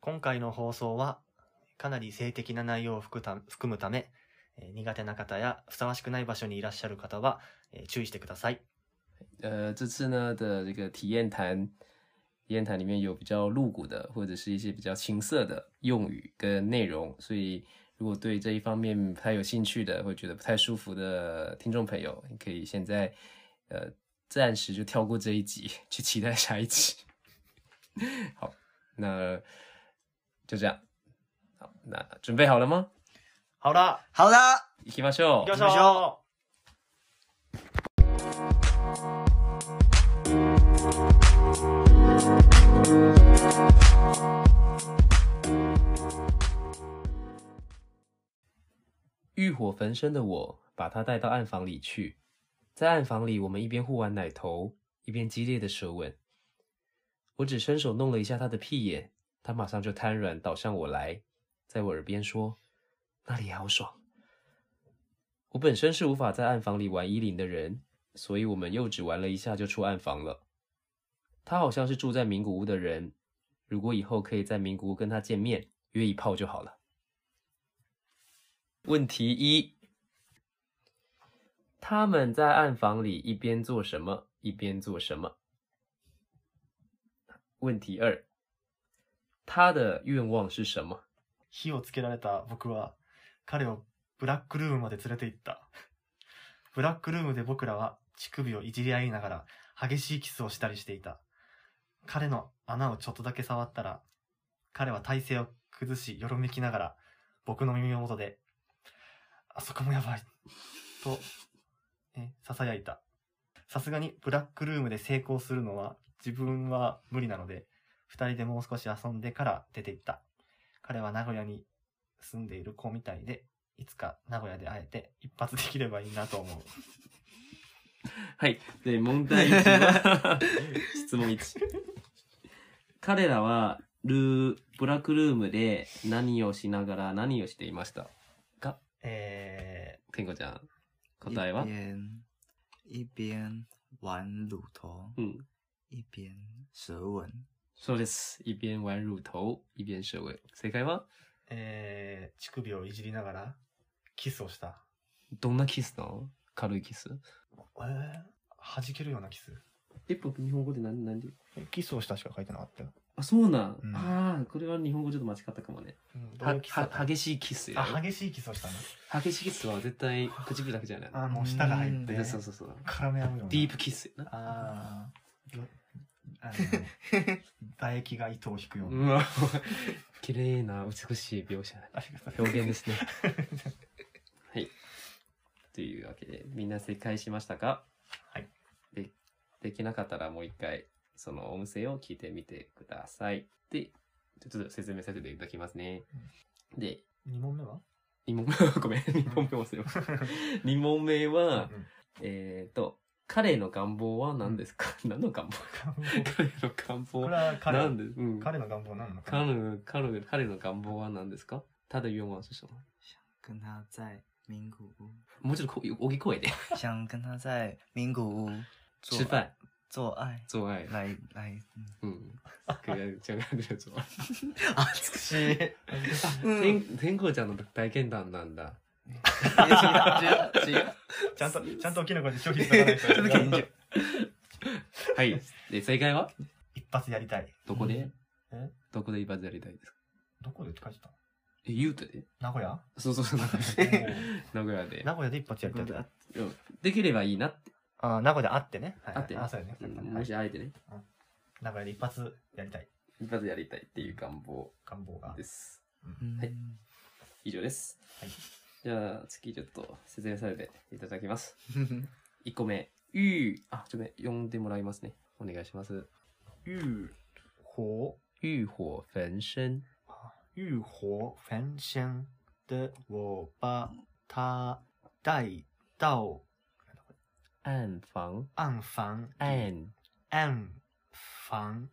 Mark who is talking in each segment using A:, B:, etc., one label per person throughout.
A: 今回の放送は、かなり性的な内容を含むた含むため、えー苦手な方やふさわしくない場所にいらっしゃる方は、えー注意してください。
B: 呃，这次呢的这个体验谈，体验谈里面有比较露骨的，或者是一些比较情色的用语跟内容，所以如果对这一方面不太有兴趣的，或者觉得不太舒服的听众朋友，你可以现在呃暂时就跳过这一集，去期待下一集。 好，那就这样。好，那准备好了吗？
A: 好啦、
C: 好啦。
B: 行きましょ
A: 行
B: う
A: きま。しょう
C: 行きましょ
B: 欲火焚身的我把他带到暗房里去，在暗房里，我们一边互玩奶头，一边激烈的舌吻。我只伸手弄了一下他的屁眼，他马上就瘫软倒向我来，在我耳边说：“那里好爽。”我本身是无法在暗房里玩衣领的人，所以我们又只玩了一下就出暗房了。他好像是住在名古屋的人，如果以后可以在名古屋跟他见面，约一炮就好了。问题一：他们在暗房里一边做什么，一边做什么？问题二：他的愿望是什么？
A: う火をつけられた僕は、彼をブラックルームまで連れて行った。ブラックルームで僕らは乳首をいじり合いながら激しいキスをしたりしていた。彼の穴をちょっとだけ触ったら、彼は体勢を崩し、よろめきながら、僕の耳元で、あそこもやばい、と、ね、囁いた。さすがにブラックルームで成功するのは自分は無理なので、二人でもう少し遊んでから出て行った。彼は名古屋に住んでいる子みたいで、いつか名古屋で会えて一発できればいいなと思う。
B: はい。で、問題1は、 質問1。彼らは、ルー、ブラックルームで何をしながら何をしていましたか
A: え
B: 天狗ちゃん、
C: う。
B: 答えは
C: 一边一边玩乳头，
B: うん。
C: 一边舌吻。
B: そうです。一边玩乳頭、一边舌吻。正解は
A: ー、えー、乳首をいじりながらキスをした。
B: どんなキスなの軽いキス
A: えー、弾けるようなキス。
B: え、僕、日本語で何、何で
A: キスをしたしか書いてなかったよ。
B: あ、そうなん。
A: うん
B: ああ、これは日本語ちょっと間違ったかもね。
A: うん、どう
B: は
A: いうキスだった
B: は激しいキスよ。
A: あ、激しいキスをした
B: 激しいキスは絶対唇だけじゃない。
A: な。あ、もう舌が入って
B: で、そうそうそう。
A: 絡め合うような。
B: ディープキスよな。
A: あーどあの唾液が糸を引くような。
B: う わ、綺麗な美しい描写、
A: ありがとうござい
B: 表現です ね。はい。というわけで、みんな正解しましたか
A: はい。
B: で、できなかったらもう一回、その音声を聞いてみてください。で、ちょっと説明させていただきますね。で、
A: ます。2問目は
B: 2問目 ごめん、2問目忘れました。2問目は、えっ、ー、と、彼の願望は何ですか、何の願望彼の願望
A: こ
B: は
A: れは彼
B: 何です、うん、
A: 彼の願望なのか
B: 彼
A: な
B: の彼の彼の願望は何ですか他的愿望是什么
C: 想跟他在名古屋，
B: もうちょっとこ大きい声で。
C: 想跟他在名古屋做
B: 吃饭、
C: 做爱，
B: 做愛。
C: 来来，
B: う
C: 嗯
B: ん。可以这样感じ做愛。
C: 啊，这个是
B: 天、天狗ちゃんの体験談なんだ。
C: 違う違う違う
A: ちゃんと、ちゃんと大きな声で拒否しとかないと。
C: ちょっと緊張
B: はい。で、正解は
A: 一発やりたい。
B: どこで
A: え
B: どこで一発やりたいですか
A: どこでって書いてたの
B: え、言うたで。
A: 名古屋
B: そうそうそう。名古屋で名古屋で。
A: 名古屋で一発やりたいって。
B: うんできればいいなって。
A: ああ、名古屋で会ってね。はいはい
B: 会ってね
A: あ、そうやね。
B: う
A: そうんやねは
B: も
A: い
B: し会えてね。
A: 名古屋で一発やりたい。
B: 一発やりたいっていう願望
A: 願望が。
B: です。
C: 嗯。
B: 以上です。
A: はい
B: じゃあ、次ちょっと説明させていただきます。1個目。ゆあ、ちょっとね、読んでもらいますね。お願いします。
A: 欲火
B: 欲火焚身。
A: 欲火焚身的我把他带到
B: 暗房。
A: 暗房里。
B: 暗。
A: 暗房。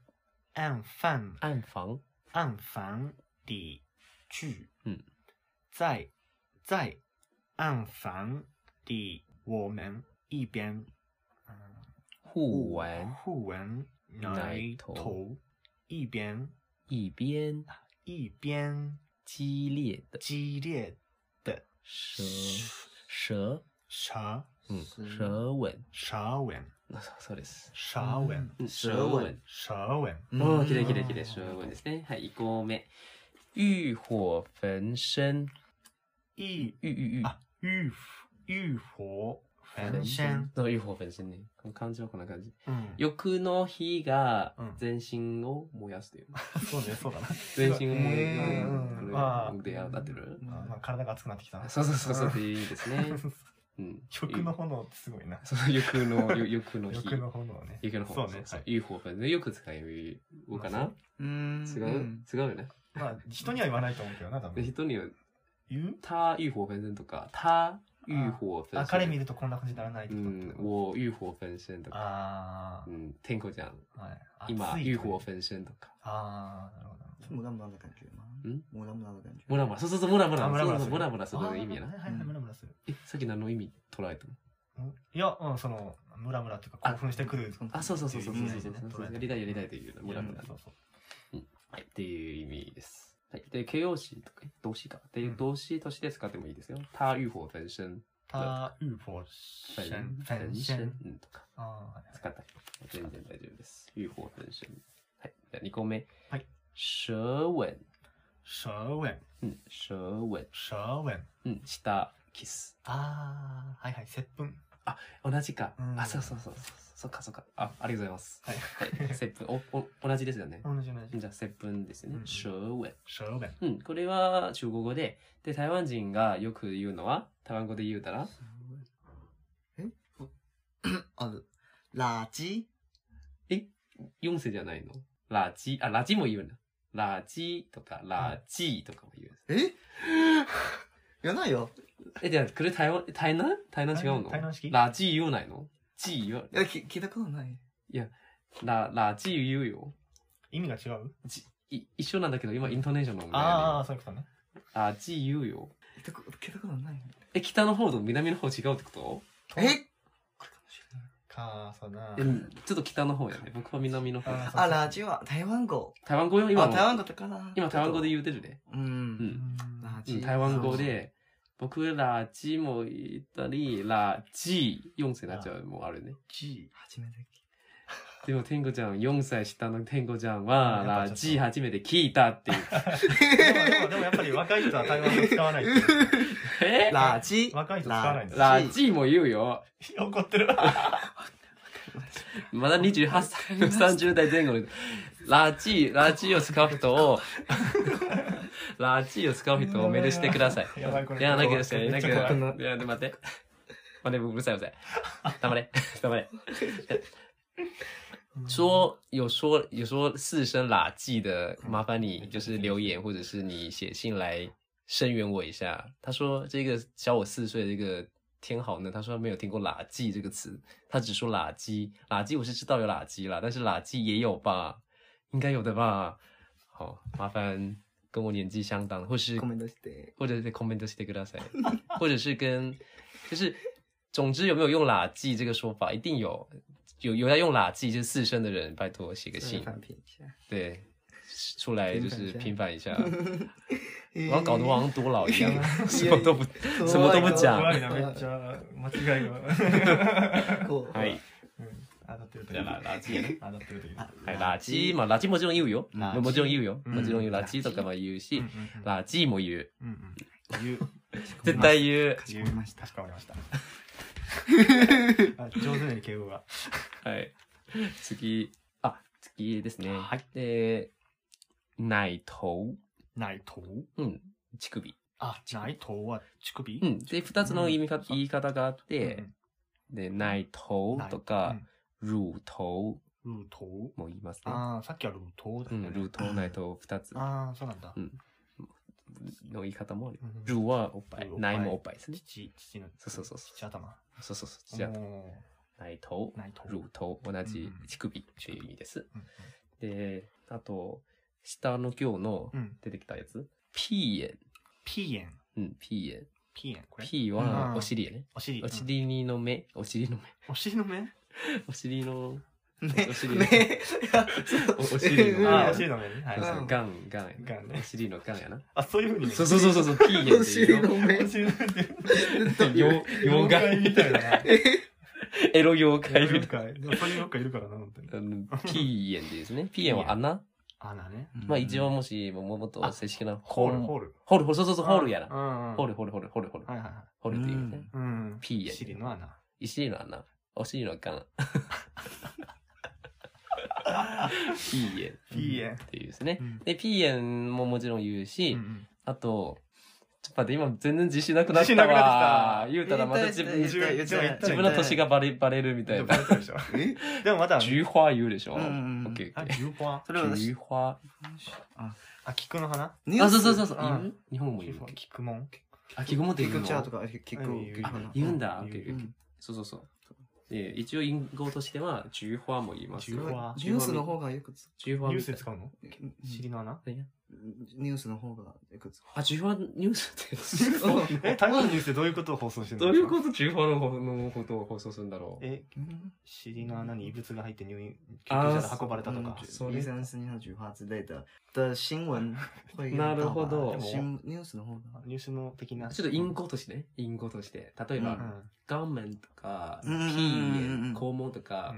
A: 暗房。
B: 暗房。
A: 暗房里去。
B: 嗯，
A: 在在暗房里，我们一边嗯
B: 互玩。
A: 互闻
B: 奶
A: 奶
B: 头
A: 头，一边
B: 一边。
A: 一边
B: 激烈的
A: 激烈的
B: 舌舌，
A: 舌
B: 嗯，
C: 舌
B: 舌吻。
A: 舌吻，
B: そうです。
A: 舌吻，
B: うん
C: 舌吻。
A: 舌吻。
B: 哦，きれいきれいきれい。舌吻ですね。はい、一個目。欲火焚身。
A: 一
B: 欲欲欲。
A: あ、浴浴火焚身
C: 身。
B: そう、欲火焚身ね。この漢字はこんな感じ。
A: うん、
B: 欲の火が
A: うん
B: 全身を燃やすという。
A: そうね、そうだな。
B: 全身を燃や
A: え
B: す。
A: ー
B: うんこれ
A: まあ
B: でや合ってる
A: あなんか体が熱くなってきたな。
B: そうそうそうそうっていう意味ですね。うん。
A: 欲の炎ってすごいな。
B: そう、欲 の、欲欲の火。
A: 欲の炎ね。
B: 欲の方
A: そうね。はい
B: 欲火焚身。よく使う語かな
C: 嗯，
B: 違う違うよね。
A: まあ、人には言わないと思うけどな、多
B: で
A: 分。
B: 人には
A: 言う
B: 他欲火焚身とか、他欲火焚身。
A: あ、彼見るとこんな感じにならないって
B: う
A: こと
B: ん、我欲火焚身とか、
A: あ
B: うん、天狗ちゃん、
A: あ、はい。
B: 今
A: 暑い
B: 欲
A: とね
B: 火焚身とか。
A: ああ、なるほど。
C: 是摩拉摩拉的感觉吗？
B: 嗯，
C: 摩拉摩拉的感觉。
B: ムラムラ、そうそうそう、ムラムラ、
A: あムラムラ
B: そうそうそう
A: する
B: ムラムラ、そうそう、意味や
A: あー
B: な。
A: はいはいはい、ムラムラする。
B: え、さっき何の意味捉えたの
A: うんいや、うん、その、ムラムラっていうか、興奮してくる。
B: あ、そうそうそうそう、
A: って
B: そ
A: いう意
B: そ
A: 味
B: うそ
A: でね
B: うそうそう、
A: 捉えて
B: やりたいやりたいという、ムラムラ
A: そうそう。
B: はいっていう意味です。はい、で、形容詞とか、え動詞か。っていう動詞として使ってもいいですよ。他欲火焚身、
A: 他欲火
B: 焚
A: 焚焚
B: 焚身
A: 身。、
B: うん、とか、
A: ああ、はい
B: 使ったり。全然大丈夫です。欲火焚身。はい、じゃあ2個目。
A: はい。
B: 舌吻。
A: 舌吻、
B: うん、舌吻。
A: 舌吻。
B: うん、舌、キス。
A: ああ、はいはい、接吻。
B: 同じか。
A: うん
B: あ、そうそうそう。そっかそっか。あ、ありがとうございます。
A: はい。
B: 接吻、お、お、同じですよね。
A: 同じ同じ。
B: じゃあ、接吻ですね
A: う。ん
B: 舌吻。
A: 舌吻。
B: うん、これは中国語で、で、台湾人がよく言うのは、台湾語で言うたら、
C: 哎，我哦，垃圾，
B: 四世じゃないの。ラジ、あ、ラジも言うんだ。ラジとか、ラジとかも言う。
C: 哎，原来有，
B: え、じゃあ、これ台湾、台南台南違うの
A: 台南式
B: ラジ言わないのジ言わ
C: 要聞聞いたことない。
B: ラ、ラジ言うよ。
A: 意味が違う
B: ジい一緒なんだけど、今、イントネーションの問題やね
A: ああ、そういうことね。
B: ラジ言うよ。
C: 聞いたこと聞いたことない。
B: え、北の方と南の方違うってこと
C: 哎，
A: かー、そうな
B: え。ちょっと北の方やね。僕は南の方。
A: あ
C: あ、垃圾は台湾語。
B: 台湾語よ、今
C: あ、
B: も。
C: 台湾語だから。
B: 今台湾語で言うてるで。
C: う。う
A: う
C: ん。
A: ん
C: 垃
B: うん、
C: 圾。
B: 台湾語で、僕らジも言ったり、ラジ、4歳になっちゃうもあるね。
A: G。
C: 初めて聞い
B: でも、天狗ちゃん、4歳下の天狗ちゃんは、
A: やっぱちょ
B: ラ
A: っと
B: ジ初めて聞いたっていう。
A: でもでもでもやっぱり若い人は台湾語使わないっていう。
B: え
C: た。垃圾。
A: 若い人使わないんだ
B: ラジも言うよ。
A: 怒って る。
B: まだ28歳の30代前後で、ラジ、ラジを使う人を、ラジを使う人をメールしてください。
A: やばいこれ
B: いや、なきゃですね、
A: め
B: な
A: っ
B: き
A: ち
B: ゃ
A: ゃ怖い
B: いや、で、待って。待って、うるさいうるさい。黙れ、黙れ。
A: 嗯
B: 说有说有说四声垃圾的，麻烦你就是留言或者是你写信来声援我一下。他说这个小我四岁的这个天豪呢，他说他没有听过垃圾这个词，他只说垃圾，垃圾我是知道有垃圾啦，但是垃圾也有吧，应该有的吧。好，麻烦跟我年纪相当，或是
C: コメントして。
B: 或者是 comment してください， 或者是跟，就是总之有没有用“垃圾”这个说法，一定有，有有在用“垃圾”就是四声的人，拜托写个信，
C: 反评一下。
B: 对，出来就是
C: 平
B: 平反一下。
C: 我，
B: 我要搞得我好像多老一样 什么都不。
C: 什
B: 什么都不讲
A: 怖いな、めっちゃ。間違いが。
C: こう。
B: はい。
A: うん当たってる時
B: じゃあララジやね
A: 当たってる時
C: あ。
B: はい、垃圾まあ垃圾もちろん言うよ。
C: 垃圾
B: もちろん言うよ。
A: うん
B: もちろん言う垃圾とかも言う
A: う
B: し
A: ん、うん
B: 垃圾も 言う。
A: うんうん言う。
B: 絶対言う
C: か。しこまりました
A: かしこまりました。 あ上手に敬語が。
B: はい。哎次、あ、次ですね。
A: はい。
B: で、奶頭。
A: 内藤
B: うん、乳首。
A: あ、内藤は乳首
B: うん。で、二つの言い方,、
A: うん
B: 言い方があっ
A: う
B: て
A: ん、
B: で、内頭とか、乳頭
A: うんルート
B: も言いますね。
A: ああ、さっきはルートだ
B: う
A: よ
B: ん、
A: ね。
B: 乳頭、内頭二つの
A: ああ、そうなんだ
B: う。ん言い方もある。
A: うん
B: 乳はおっぱい
A: 乳お、っぱい
B: 内もおっぱいですね。
A: 父、父の。
B: そうそうそうそう
A: 父頭。
B: そうそうそう。じゃあ、
A: おー
B: 内頭、
A: 内頭
B: 乳頭、同じ
A: うん
B: 乳首っていう意味です。
A: うん
B: で、あと、下の行の
A: うんうん。
B: 出てきたやつ。ピーエ
A: ピーエン。
B: ン。うん、ピーエン。
A: ピーエン。これ
B: ピー
A: う
B: は
A: ん
B: お尻やね。
A: お尻。
B: お尻の目、お尻の目、
A: うん。お尻の目
B: お尻の
C: 没
B: お尻の
C: 没
B: おお尻の
C: うん
A: ああ、お尻の上に。はい。
B: そうそう
C: うん
B: ガンガンやな
A: ガンね
B: お尻のガンやな
A: あ、そういうふうに。
B: そうそうそうそうそうピーや
C: お
B: ってい
C: 尻
B: うの
C: の面
A: お尻の上で。
B: 妖妖怪
A: 怪みたいな。
B: エロ妖怪みたい
A: 妖
B: な
A: 怪。でもそういう妖怪いるからな、本当に。
B: あのピーエンですね。ピーエンは穴
A: あ、なね。
B: まあ一応もし、ももっと正式なホール。
A: ホール。
B: ホール、ホール、そうそうそう、ホールやな。
A: な
B: ホール、。ホール、ホール、ホール、ホール
A: うん。はいはいはい。
B: ホールって言うね。
A: うん。
B: ピーや
A: 尻の穴。
B: 石の穴。お尻の穴。ピーエン。
A: ピーエン
B: っていうですね
C: う。ん
B: で、ピーエンももちろん言うし
A: うんう、ん
B: あと、ちょっと待って、今全然自信なくなった
A: 自信なくな
B: わ
A: っ。てきた
B: 言うたらまた自分
A: 言いたい
C: 言いたい言いたい
B: 自分の年がバレ、バレるみた
A: で
B: い
A: も
B: な。
A: バレてるでしょ
C: え
A: でもまだ、
B: 菊花言うでしょ。オ
C: うんうんう
B: ッ
C: ん
B: ケーオ
A: あ、
B: ッケ
A: 牛花
C: それは
B: ー。
C: 私
B: 菊花。
A: あ、菊の花
C: ニュ
B: あ、
C: ース
B: そうそうそうそう。
A: うん
B: 言う日本語言うっけ。
A: 菊門
B: あ、菊もって
C: キ
B: 言う
C: ク
B: の
C: チャーとかキク
A: うん言う
C: キク花
B: 言うんだ。
A: うん
B: OK，OK，OK
C: うん
B: そうそうそう。で一応、因語としては、菊花も言います
A: 菊花
B: よ。
A: は
C: ニュースの方がよくつ
B: 菊花
A: ニュー
B: み
A: ス
B: た
A: で
B: い。
A: 使うの
C: うん
A: 尻の穴
B: 何や
C: ニュースの方がよくつ
B: あ、菊花ニュースって
C: うん
A: え、台風ニュースでどういうことを放送してる
B: ど
A: の
B: ういうこと菊花の方のことを放送するんだろう。
A: え、
C: うん
A: 尻の穴に異物が入って入院、救
B: あー
A: 急車で運ばれたとか
C: 嗯。
B: そう
C: 一三四二九八之类的的新闻会用
B: なる
C: 到
B: ほど
C: 吧新 news の方が
A: ニュースの的な。
B: ちょっと因語としてね、因語として。例えば、
C: う
A: うん。
B: 顔面とか、
C: う
B: ピ
C: んうんうんう
B: ーエ
C: ん
B: ン、肛門とか、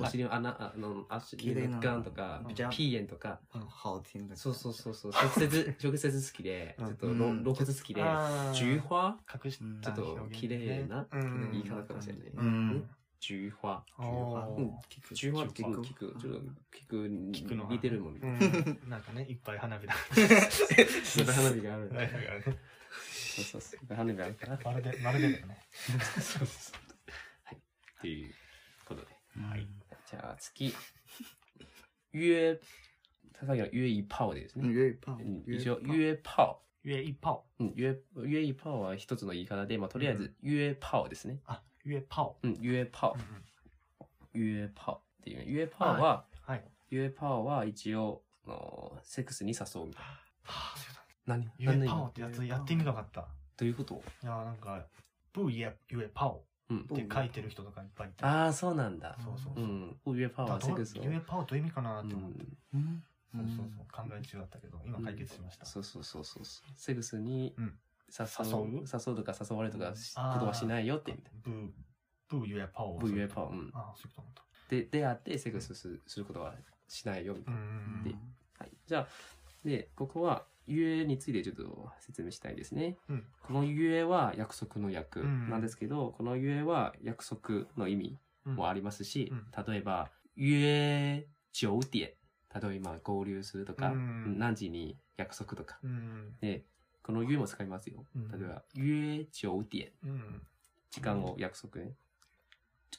B: お尻の穴、あの、足
C: 綺麗な
B: のガンとか
C: 比較、
B: ピーエンとか、
C: 嗯好听的
B: そうそうそうそう、直接、直接好きで、ちょっと
C: う
B: ろ
C: ん
B: 露骨好きで、
A: あー
B: 菊花
A: 隠し
C: うん
A: た
B: ちょっと
A: 表現
B: 綺麗な
A: ねうん
B: 言い方かもしれないね
A: う
C: うんん。
B: 菊花。
A: おー
B: うん
C: 菊
B: 菊花って
C: 菊
B: 聞く、聞く、ちょっと聞
A: 聞
B: く
A: くの
B: に
A: は
B: 似てるもんね。
A: うん なんかね、いっぱい 花火だ。
B: ちょっと花火がある。
A: だからね
B: そうそうそう。花火があるから。
A: まるで、まるでだよ ね。
B: そうそうそう。はい。っていうことで。
C: はい
B: じゃあ次。约、他さっきの约一炮ですね。
C: 约炮
B: うん
C: 约
B: 一応、
C: 炮
B: 约炮。
A: 约一炮。
B: うん、約、約一炮は一つの言い方で、まあ、とりあえず、約炮ですね。
A: あ、约炮。
B: うん、約炮
A: うん。うん
B: 約炮っていうね。約炮は、
A: はい。
B: 約炮は一応、あのセックスに誘うみたいな。
A: はあそうだ
B: 何
A: 约
B: 何の意味
A: 炮ってやつやってみなかった。
B: どういうこと
A: いや、なんか、不约约炮
B: うん
A: っ。て書いてる人とかいっぱいいて。
B: ああ、そうなんだ。
A: そうそう
B: う
A: そう。
B: ん。不約炮
A: だ
B: はセックスを。
A: 約炮どういう意味かな
B: う
A: と思って。
B: ん。
C: 嗯
A: そう
C: 嗯
A: そうそう。考え中だったけど、今解決しました。
B: そうそうそうそうそう。セックスに
A: うん
B: 誘う、
A: 誘
B: 誘
A: う
B: うとか誘われるとかし
A: あー
B: ことはしないよってみたい
A: 不不约炮は
B: な。不
A: そういうこ
B: 約
A: と
B: 炮。うん。
A: ああ、そういうことなんだ。
B: で、出会ってセックスすすることはしないよみた
A: う
B: い
A: んう
B: な。
A: んうん。
B: はい。じゃあ、で、ここは、ゆえについてちょっと説明したいですね。
A: うん
B: このゆえは約束の約
A: うん
B: なんですけど、このゆえは約束の意味もありますし、
A: う
B: 例えば、ゆえ9点。例えば、合流するとか、
A: うん
B: 何時に約束とか。
A: うん。
B: で、このゆえも使いますよ。
A: うん
B: 例えば、ゆえ9点。
A: うん。
B: 時間を約束ね。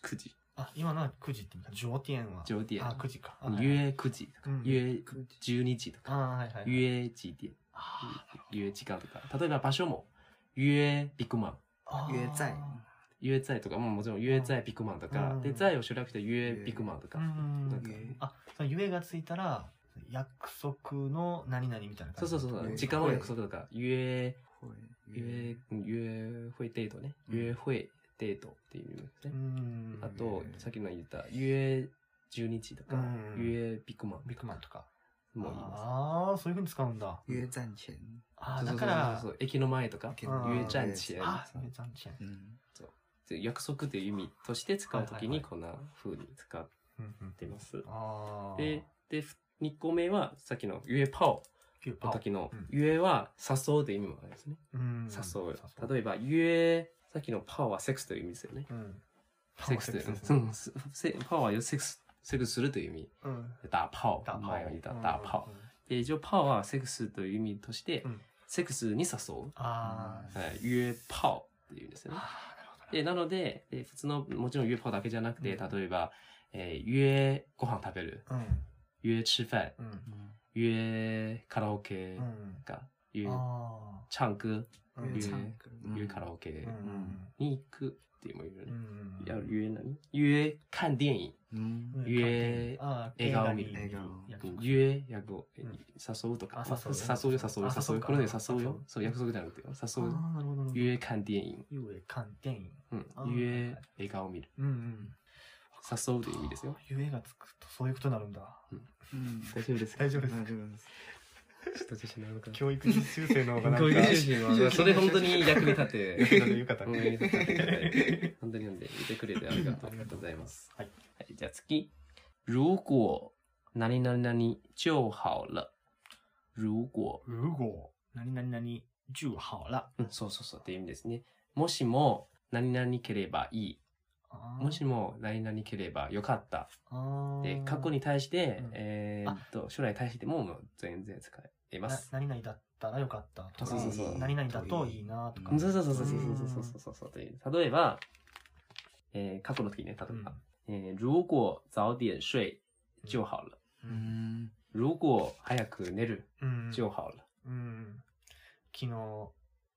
B: 9時。
A: あ、今のは9時って言うか、上天は。
B: 上点。
A: あ、9時か。あ
B: ゆ。え9時とか
A: うん、
B: ゆえ12時とか。
A: あ、はいはい。
B: 约几点？
A: あ
B: 约時間とか。例えば場所も、约ビッグマン。
A: ー
C: 约在
B: 约在とか、ももちろん約在ビッグマンとか
A: う、ん
B: で、在を省略して約ビッグマンと
A: う
B: か。なん
A: ん
B: か。
A: あ、そのゆえがついたら、約束の何々みたいな
B: そ
A: 感
B: う
A: じ。
B: そうそう。
C: 約
B: 時間を約束とか、約、
C: 会
B: 約、約会デートね。約会デートっていう意味です
A: う
B: ね。
A: ん。
B: あと、さっきの言った、約12時とか
A: う、ん
B: 約ビッグマ
A: ビッグマンとか。
B: ンも言いま
A: ああ、そういうふうに使うんだ。
C: 约战前
A: あ
B: す。
A: ーだ
B: そう
A: か
B: そう
A: ら、
B: そうそう、駅の前とか、
C: け
A: うん
B: 約站前。
A: あ、めちゃんちゃん。
C: 嗯
B: 約束という意味として使うとき
A: はいはいは
B: に
A: い
B: こんな風に使っ
A: うんうん
B: てます。
A: ああ。
B: で、で、2個目は、さっきのゆえパオ
A: キューパ
B: の
A: ー、
B: 時の
A: うん、
B: ゆえは誘うという意味もあるんですね。
A: うん
B: 誘う。
A: え
B: 例えば、ゆえ、さっきのパオはセックスという意味ですよね。
A: ば、うん。
B: セックスという
A: パオはセックスです
B: う
A: ね
B: ん、すセパオはセックス、セックスするという意味。
A: うん。
B: 打炮。
A: 打炮
B: 前に言った打炮。
A: うんうんうん
B: で、一応パオはセックスという意味として
A: うん、
B: セックスに誘
A: あ
B: う。はい、ゆえパオっていうんです
A: あ。
B: よね。
A: ああ、なるほどね。
B: で、なので、で普通の、もちろん、约炮だけじゃなくて、
A: うん
B: 例えば、えー、约ご飯食べる、约吃饭、
A: うん。うん。
B: 约カラオケ
A: う、ん。
B: が、约
A: あ
B: 唱歌、
A: あ。
B: 约
C: 唱歌
B: 约カラオケ
A: うん。
B: に行くっていうのもいる
A: う
B: ね。
A: ん。
B: 要约何约看電影、
C: 嗯
B: 约
A: あー
B: 映画を見
C: る
A: 映画
C: 約
A: を
B: 约約を
A: うん
B: 誘うとか
A: あ、誘うね
B: 誘うよ、誘うよ
A: あ、
B: 誘
A: 誘
B: う。
A: うか
B: これで誘う
A: 誘
B: よ
A: う。
B: そう、約束じゃなくてよ、
A: あ
B: 誘う。
A: あ、なるほど。なるほど
B: 约看電影、
A: ゆえ、看電影。
B: うん
A: あー
B: 约映画を見る。
A: うんうん。
B: 誘うという意味ですよ。
A: 夢がつくとそういうことになるんだ。
C: うん
B: 大丈夫ですか
A: 大丈夫です
C: 大丈夫です。
B: 人としてなのか。
A: 教育実習生の方がなんか、
B: 教
A: 教
B: 育
A: 育
B: 実
A: 実習
B: 習は、それ本当に役に立って。
A: 生よかった
B: 本当
A: ね。
B: に立って本当になんで、見てくれてありがとうありがとうございます。
A: はい
B: はい、じゃあ次。如果、何々々就好了。如果、
A: 如果、何々何就好了。
B: うん、そうそうそうっていう意味ですね。もしも、何々ければいい。
A: あー
B: もしも、何々ければよかった。
A: あ
B: で
A: ー、
B: 過去に対して、
A: うん
B: えーっと、将来に対しても、もう全然使えま
A: な
B: す。
A: 何々だったらよかったとか、
B: そうそうそう
A: 何々だといいなとか。
B: う
C: うんん
B: そうそうそうそうそうそうそうそうそう。对例えば、えー、過去の時ね、例えば、えー、如果早点睡就好了。
A: う。
C: うんん。
B: 如果早く寝る
A: うん。
B: 就好了。
A: うん。昨日、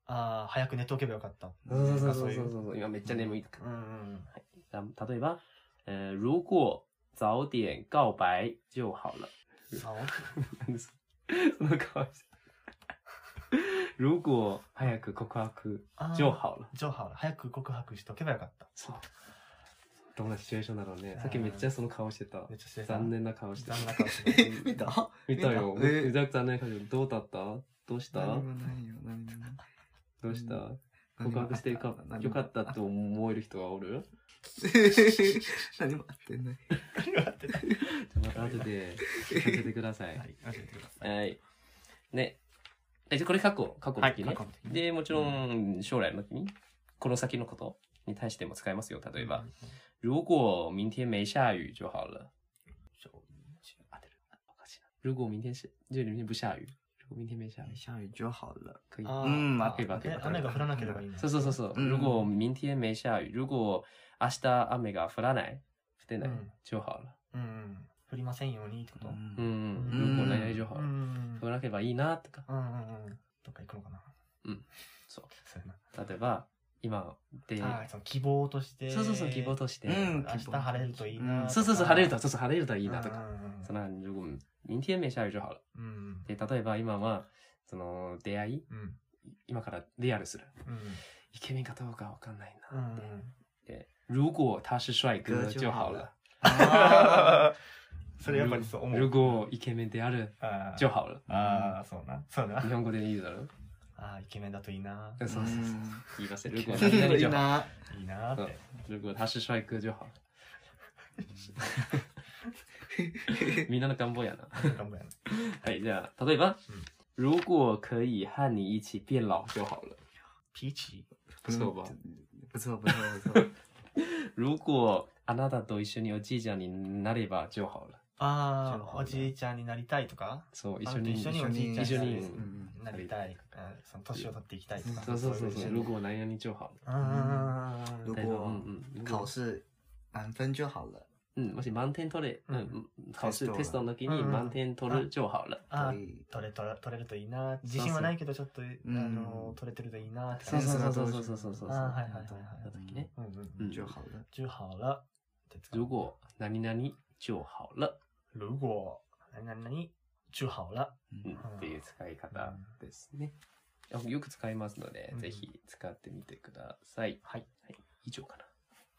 A: ああ、早く寝ておけばよかった。
B: そうそうそう
A: なんか
B: そう
A: い
B: そうそう。今めっちゃ眠いとか。
A: うんうん。
B: だ例えば、えー、如果早点告白就好了。
A: さお
B: 何ですか その顔して。如果早く告白
A: あー
B: 就好了。
A: じゃあ、早く告白しておけばよかった。
B: そう。どんなシチュエーションだろうね。さっきめっちゃその顔してた
A: め。っちゃしてた
B: 残。念な顔してた
A: 残。念な顔して
C: え、見た
B: 見たよ。
C: 見たえ
B: めちゃくちゃね、どうだったどうした
C: 何もないよ、何もない。
B: どうした 告
C: 何もあ
B: 白してよか
C: 何も
B: よかったと思える人がおる
C: 何もあ ってない。
A: た。
B: じゃあまた後で聞かせてくださ。
A: はいい、教えてください。
B: はい。ね。え、じゃあこれ過去、過去の
A: はい
B: 時ね
A: 過去の。時ね
B: で、もちろん将来の時に、この先のことに対しても使えますよ。例えば、如果明天没下雨就好了。当てる。おかしいな。如果明天是、就明天不下雨。如果明天没下雨。
C: 下雨就好了。
B: 可以。
A: あー
C: うん
A: あ
B: 可以吧可以吧
A: ね雨が降らなければいいんだ
B: そうそうそうそう。
C: うん
B: 如果明天没下雨，如果明日雨が降らない、降ってない
A: うん
B: 就好了。
A: うんうん。降りませんようにってこと。うん
B: う
C: うん
B: ん、
A: うん
B: 如果ないない就好
A: う
B: 了。
A: ん
B: 降らなければいいなとか。
A: うんうんうん。どっか行くのかな。
B: そう。
A: そうやな。
B: 例えば今で、
A: あーその希望として。
B: そうそうそう希望として、
C: うん
A: 明日晴れるといいな。
B: そうそうそう晴れると
A: と
B: そうそう晴れるとい
A: い
B: いなとか。。そ
A: の、
B: の如果明天没下雨就好了。
A: うん。
B: で例えば今はその出会い
A: うん。
B: 今からリアルする。
A: うん。
B: イケメンかどうかわかんない
A: うんう
B: なっ
A: ん
B: て。で如果他是帅哥
C: 哥就
B: 就
C: 好
B: 好
C: 了
B: 了。
A: あーそれやっぱりそう思う。
B: 如果イケメンである
A: あー
B: 就好了。
A: あー、そうな。そう
B: 日
A: な。
B: 本語で言うだろ
A: あーイケメンだといいな。
B: そうそうそう。言い忘れる。如果何々
C: いい
B: 就好。
C: ない
A: いなーって。
B: 如果他是帅哥就 好。みんなの願望やな。
A: 頑張れ
B: はい、じゃあ、例えば
A: うん、
B: 如果可以和你一起变老就好了。
A: ピーチ
B: 不错吧？
C: 不错不错不错。
B: 如果あなたと一緒におじいちゃんになれば就好了。
A: あ
C: じゃ
A: あ、
C: あ
A: おじいちゃんになりたいとか
B: そう、一
A: あ
B: 緒に。
A: 一緒におじいちゃん
B: 一緒に
A: になりたい。うんその年を取っていきたいとか。
B: そうそうそうそう。
A: い
B: 如果何々就好了。
A: ああ、
C: 如
B: 例えばう
C: 果
B: んうん
C: 考试满分就好了。
B: うん、もし満点取れ、う
A: うん
B: ん、考試
C: テストは
B: テストの時に満点取る就好了。
A: あ
C: 可
A: ー
C: 以。
A: 取れ取れ取れるといいな。自信はないけど、ちょっと、あ
C: ん
A: の、取れてるといいな。
B: そうそうそうそうう
C: そう
B: そうそうそうそう。
A: あーはいはいはい
B: 那
A: は
B: 時ね。
A: い。うんうん
B: う
A: うんん。
C: 就好了。
A: 就好了。
B: 如果何々就好了，
A: 如果何々々就好了。
B: うん
C: 嗯
B: っていう使い方ですね。よく使いますので、
A: うん
B: ぜひ使ってみてください。
A: はい。
B: はい、以上かな。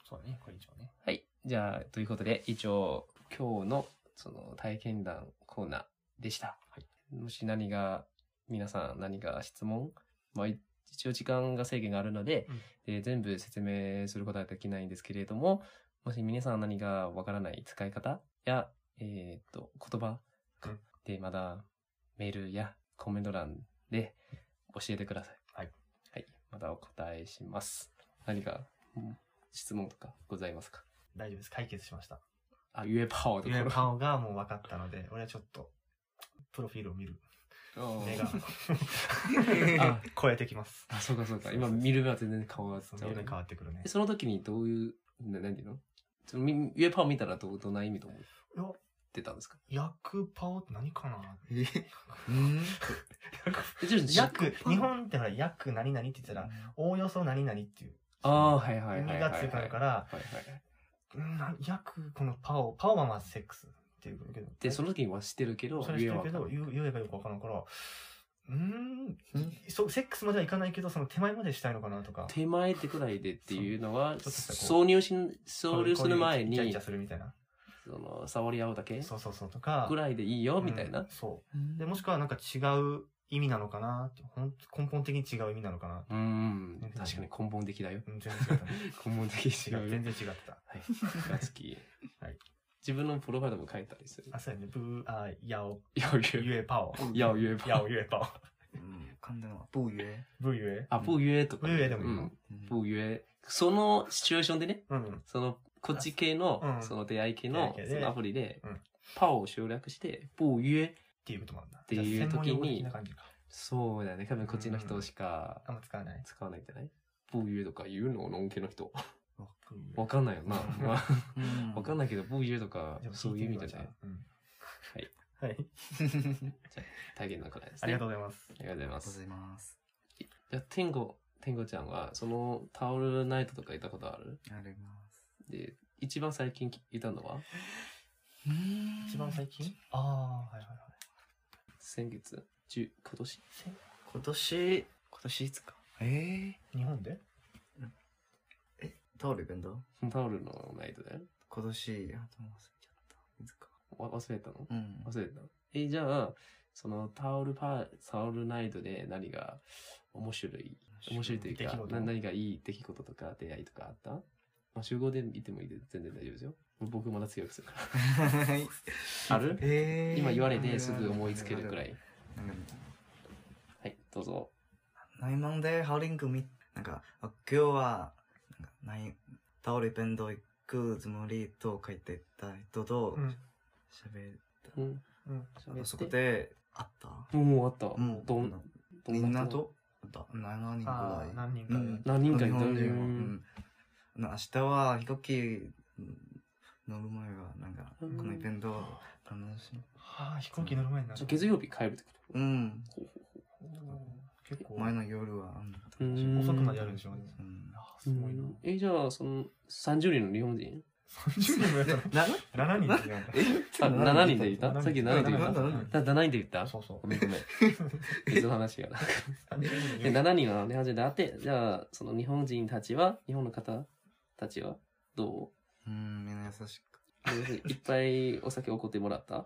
A: そうだね、これ以上ね。
B: はい。じゃあ、ということで、以上、今日のその体験談コーナーでした。もし何が、皆さん何か質問、まあ、い一応時間が制限があるので、で全部説明することはできないんですけれども、もし皆さん何がわからない使い方や、えーっと、言葉か
A: うん
B: で、まだメールやコメント欄で教えてください。
A: はい。
B: はい。またお答えします。何か、うん質問とかございますか
A: 大丈夫です。解決しました。
B: あ、ゆえパオと
A: ゆえパオがもう分かったので、俺はちょっと、プロフィールを見る目 が
B: あ
A: 超えてきます。
B: あ、そうかそうか。
A: そ
B: 今
A: うそうそう
B: 見る目は全然変わっ
A: そ
B: ちゃ
A: の
B: う
A: 目。が変わってくるね
B: え。その時にどういう、ななんていうのそのみゆえパオ見たらどうどんな意味と思っ
A: いや、
B: てたんですか
A: 役パオって何か な
C: 嗯，
B: えちょっと
A: 役、日本ってほら、役何々って言ったら、おおよそ何々っていう
B: ああ、はいはい
A: 意
B: はいは
A: 味
B: い、は
A: が
B: い。
A: ついてるか
B: は
A: ら、
B: いはい。
A: うんな役、このパオ、パオはまあセックスっていうけど。
B: で、その時は知ってるけど
A: そ、れし
B: ゆ
A: て
B: え
A: る
B: は
A: け
B: 分
A: ど
B: かんない。
A: 言う言えばよくわからんからうーん
C: ん
A: そう、セックスまではいかないけど、その手前までしたいのかなとか。
B: 手前ってくらいでっていうのは、
A: そうそうですね
B: 挿入し、挿入する前
A: イチャイ
B: に
A: チャ、するみたいな。
B: その、触り合うだけ
A: そうそうそうとか。
B: ぐらいでいいよ、みたい
A: うん
B: な。
A: そうう。
C: ん
A: で、もしくはなんか違う意味なのかなって、ほん根本的に違う意味なのかな
B: うん、確かに根本的だよ。
A: うん、全然違ったね。
B: 根本的
A: 違
B: 違
A: う、
B: うよ
A: 全。然違ってた。
B: はい。が好き。
A: はい。
B: 自分のプロファイルも書いたりする。
A: あ、そうやね。ブー、あ、ヤオ、
B: 要
A: ユ
B: 约，
A: エパオ。
B: 要约吧。
A: ヤオ、ユエパオ。
C: 嗯，看到了，不约，
A: ブーユエ。
B: あ、不约とか。
A: ブーユエでもいい
B: うん
A: の。
C: 嗯，
B: 不约。そのシチュエーションでね、
A: うん。
B: その、こっち系の
A: う、ん
B: その出会い系の
A: 出会い系
B: そ
A: で
B: のアプリで
A: うん、
B: パオを省略して、不約。
A: っていうこともあるんだ。
B: ていう
A: じゃあ専門用語
B: 時に
A: 的な感じか。
B: そうだね。多分こっちの人しか
A: あんま使わない。
B: 使わないんじゃない不約とか言うののんけの人。
A: ブーユエ
B: わかんないよな。まあ
C: 嗯，
B: わかんないけど、不約とか
A: で、も
B: そういう意味だ
A: 聞てみ
B: ね
A: よ。うじゃあうん。
B: はい
A: はい。
B: 体験のくらいですね。
A: ありがと
B: う
A: うございます。
B: ありがとうござい
C: ありが
B: ま
C: とうご
B: す
C: ざ。います。
B: じゃあ、天狗、天狗ちゃんは、そのタオルナイトとかいたことある
C: あります。
B: で、一番最近いたのは
C: 嗯
A: 一番最近ああ、はいはいはい。
B: 先月じゅ今年
C: 今年、今年いつか。え
A: 日本で
C: ー、タオル弁当
B: タオルのナイトだよ。
C: 今年、あ、でも忘れちゃった。いつか。
B: わ忘れたの
C: うん。
B: 忘れたえ、じゃあ、そのタオルパー、タオルナイトで何が面白い面白いという
A: 出
B: か
A: 来、事
B: な何がいい出来事とか出会いとかあったまあ、集合で見てもいいで全然大丈夫ですよ。僕まだ強くするから。 ある
C: えー、
B: 今言われてすぐ思いつけるくらい。
C: なんか
B: はい、どうぞ。
C: ないもんでハウリングみなんかあ今日はなんかないタオル弁当行くつもりと書いてた人と
A: うん。
C: 喋っ
B: うん。
A: うん。
C: た、あそこで会った
B: もうあった。
C: うん
B: どん
C: なんか
B: ど
C: みん
B: 人
C: なとだ7人ぐ
A: あ
C: らい
A: あ、何人
C: う
A: か
C: ん
A: で。
B: 何人かいた
C: 日本で
B: う
C: も、うんん、な明日は飛行機うん乗る前はなんかこ
B: うん
C: のイベント楽しみ
A: はあ、飛行機乗る前にな
B: じゃ
A: る
B: あ。月曜日帰るってこ
C: うん
B: とほうほうほう
A: 結構、
C: 前の夜は
B: うん
A: 遅くまでやるんでしょうね。
C: うん
A: あーすごいな。
B: え、じゃあ、その、30人の日本人
A: 30人もや ったの
C: なる
A: ?7 人って言 うんだ。
B: あ、7人でいた
A: 7
B: さっき7人で
A: 人
B: 言
A: だ
B: っ
A: った
B: ただ ?7 人で言った
A: そうそう
B: ご。めんごめん。別の話が。で、7人の日本人であって、じゃあ、その日本人たちは、日本の方たちは、ど
C: うんみんな優し
B: う
C: く
B: どういういっぱいお酒おごってもらった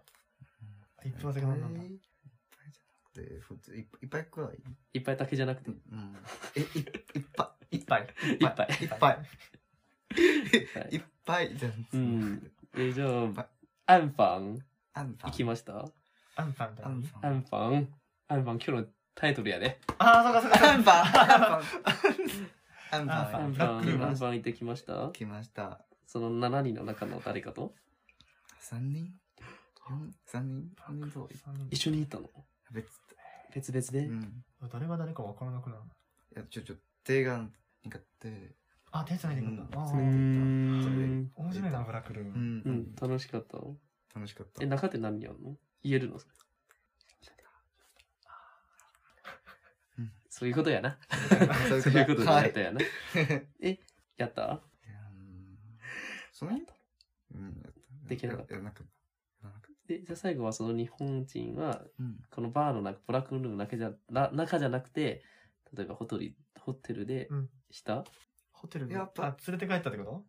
A: 一分だけ飲んだんだ
C: いっぱいじゃなくて、普通、いっぱいいっぱいくらい。
B: いっぱいだけじゃなくて、
C: うん。え、いいいっぱい。いっぱ
A: 杯。
B: いっぱい。
C: い。いっぱ
B: いっぱ
C: い。い
B: い
C: っぱいじゃん。
B: うん。え、じゃ
C: ぱい
B: あ、アンファン
C: アンパ
B: 行
C: ン。
B: きました
A: アンパンだ
C: ア
A: よ
C: ン
A: ね。
C: パ
B: ア
C: ン。
B: ンファンアンファン今日のタイトルやで、ね。
A: ああ、そうかそうかそう
C: ア
A: か。
C: ンパン。アンパン。アン
A: ア
B: ア
C: パ
B: ン
C: ン。
B: ファン、ア
A: ラックルーム
B: ンファン行ってきました
C: 来ました。
B: その7人の中の誰かと
C: 三人四三人三人と。
A: 三
B: 一
A: 人
B: 緒に行ったの
C: 別。
B: 別々で、
C: うん。
A: 誰が誰か分からなくなる。
C: いや、ちょ、ちょ、手が苦手。
A: あ、手繋いでくんだ。
C: うん
A: ああ
B: うーん
A: 面白いな、ブラックルー
C: う
A: ム。
C: ん。
B: うん、楽しかったの
C: 楽しかった
B: え、。中で何やるの言えるの
C: うん
B: そういうことやな。
C: そう
B: そういうこと
C: は
B: や
C: い
B: った。やな。え、やった
C: いやうんその辺うん。。
B: できなかった
C: いやなんか、なんか
B: で、じゃあ最後はその日本人は、
C: うん。
B: このバーの中、ブラックルームだけじゃ、な中じゃなくて、例えばホテル、ホテルで
A: うん
B: した、
A: ホテルに、
C: や
A: あ
C: っぱ、
A: 連れて帰ったってこと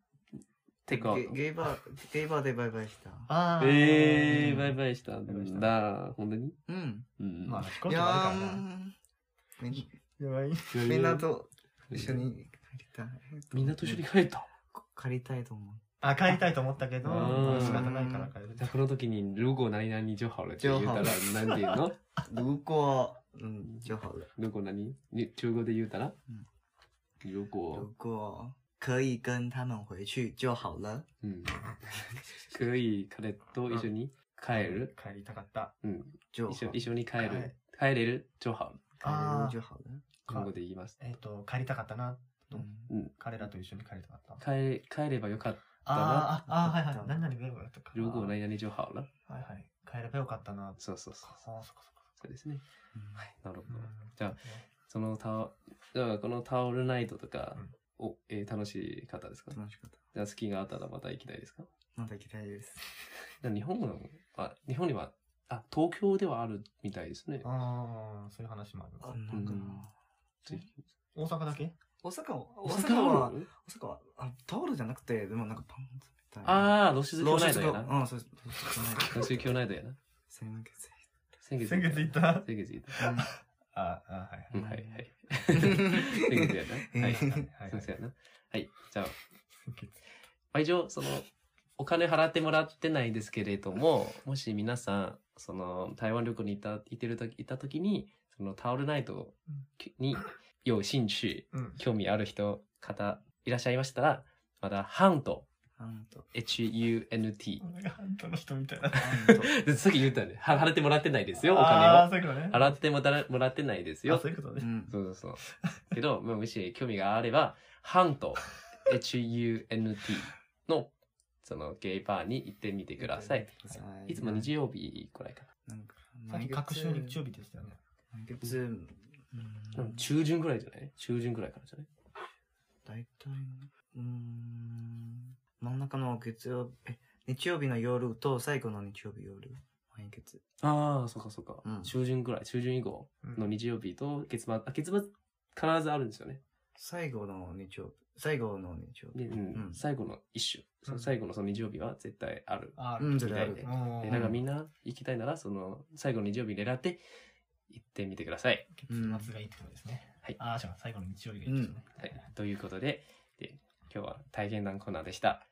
B: テイクアウ
C: ゲ
B: ト。
C: ゲイバー、ゲイバーでバイバイした。
A: ああ。
B: え
A: う
B: ー、
A: ん
B: バイバイした
A: バイバイし
B: ん
A: た
B: だ。本当に
C: うん。
B: うん。
A: まあ、飛行
C: い
A: 機
C: や
A: もあるからな。
C: ーみん
A: やばい。
C: みんなと一緒に帰りたい。
B: みんなと一緒に帰った。
C: 帰りたいと思う。
A: あ、帰りたいと思ったけど、
B: うん
A: まあ仕方ないから帰る。
B: じゃあこの時に、如果何々就好了って言ったら
C: 就
B: 何て言う の
C: 如果、うん、就好了。
B: 如果何に中国で言うたら
C: うん
B: 如
C: 如
B: 果、
C: 果可以跟他们回去就好了。
B: うん。可以彼と一緒に帰る
A: 帰りたかった。
B: うん。
C: 就
B: 一
C: 好
B: 緒一緒に帰
A: はい
B: る。帰れる就好了。
A: あ
C: 了就好了。
B: 韓国で言います。
A: えっと、帰りたかったな。
C: 嗯
A: 彼らと一緒に帰りたかった。
B: 帰帰ればよかった。
A: あーあ、あーはいは
C: だ
A: い。何々がよかったか。
B: 如果何々就好了。
A: はいはい。帰ればよかったな。
B: そうそうそう。
A: ああ、そっかそっか。
B: そうですね。
C: 嗯
B: はい。なるほ
A: う
B: ど
A: ん。
B: じゃあ、そのタオ、だからこのタオルナイトとか、お、えー楽しかったですか
C: 楽しかった。
B: じゃあ好きがあったらまた行きたいですか
C: また行きたいです。
B: じゃあ日本は、あ、日本にはあ、東京ではあるみたいですね。
A: ああ、そういう話もあり
C: あ
A: ま
C: る
A: す。
C: のか
B: う
C: な、
B: んぜひ
A: 大阪だけ
C: 大阪は、大
B: 大
C: 阪
B: 阪
C: は
B: あ、る
C: 大阪は、あタオルじゃなくて、でもなんかパンツみたいな。あ、
B: ああ、露出
C: 露
B: 狂ナイ
C: 出
B: ド
C: が
B: やな。
C: うん、そうです。露出がない。
B: 露出狂ナイドやな。
C: 千円月
B: 先月
A: 先月行った
B: 先月行った。
C: 円。
A: ああ、はい
B: うんはいはい。
C: うん
B: 先月やな。はい。
A: はいはいはい。
B: 先月やな。はい。じゃあ、
A: 先
B: ま
A: 月
B: あ、一応、その、お金払ってもらってないですけれども、もし皆さん、その、台湾旅行に行った、行ってる時、行った時に、その、タオルナイトに、有興趣、
A: うん。
B: 興味ある人、方、いらっしゃいましたら、また、ハント、
C: あんと。
B: H-U-N-T
A: お。腹半島の人みたいな。
C: あんと。
B: でさっき言ったよね。は払ってもらってないですよ、お
A: ああ、
B: 金を。
A: そういうことね。
B: 払ってもたらもらってないですよ
A: あ。そういうこと
C: う
A: ね。
C: ん。
B: そうそうそう。けど、まあ、もし興味があれば、ハント、H-U-N-T の、その、ゲイバーに行ってみてください。いつも日曜日くらいか
C: なんか、
A: さっき、各週日曜日でしたよね。
C: 毎月、うん
B: な。うん、中旬くらいじゃない中旬くらいからじゃない
C: 大体、うーん、真ん中の月曜日、え、日曜日の夜と最後の日曜日夜、毎月。
B: ああ、そうかそうか。
C: うん
B: 中旬くらい、中旬以降
A: うん
B: の日曜日と月末、あ、月末必ずあるんですよね。
C: 最後の日曜日、最後の日曜
B: で、
C: 日。
B: うん
C: うん
B: 最後の一週、その最後のその日曜日は絶対ある。
A: あ
C: うん、
A: ー
C: それあ
B: みた
C: る
B: い。
A: も
B: で
A: う
B: だからみんな行きたいなら、その、最後の日曜日狙って行ってみてください。
A: 月末がいいってことですね。
B: はい
A: ああ、じゃあ最後の日曜日がいいですね。
B: はい、ということでで今日は体験談コーナーでした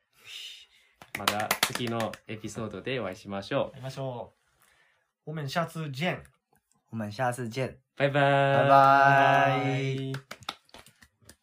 B: また次のエピソードでお会いしましょ
A: 行
B: う
A: きましょう。我们下次见。
C: 我们下次见。
B: バイバーイ
C: 拜拜。
A: イ。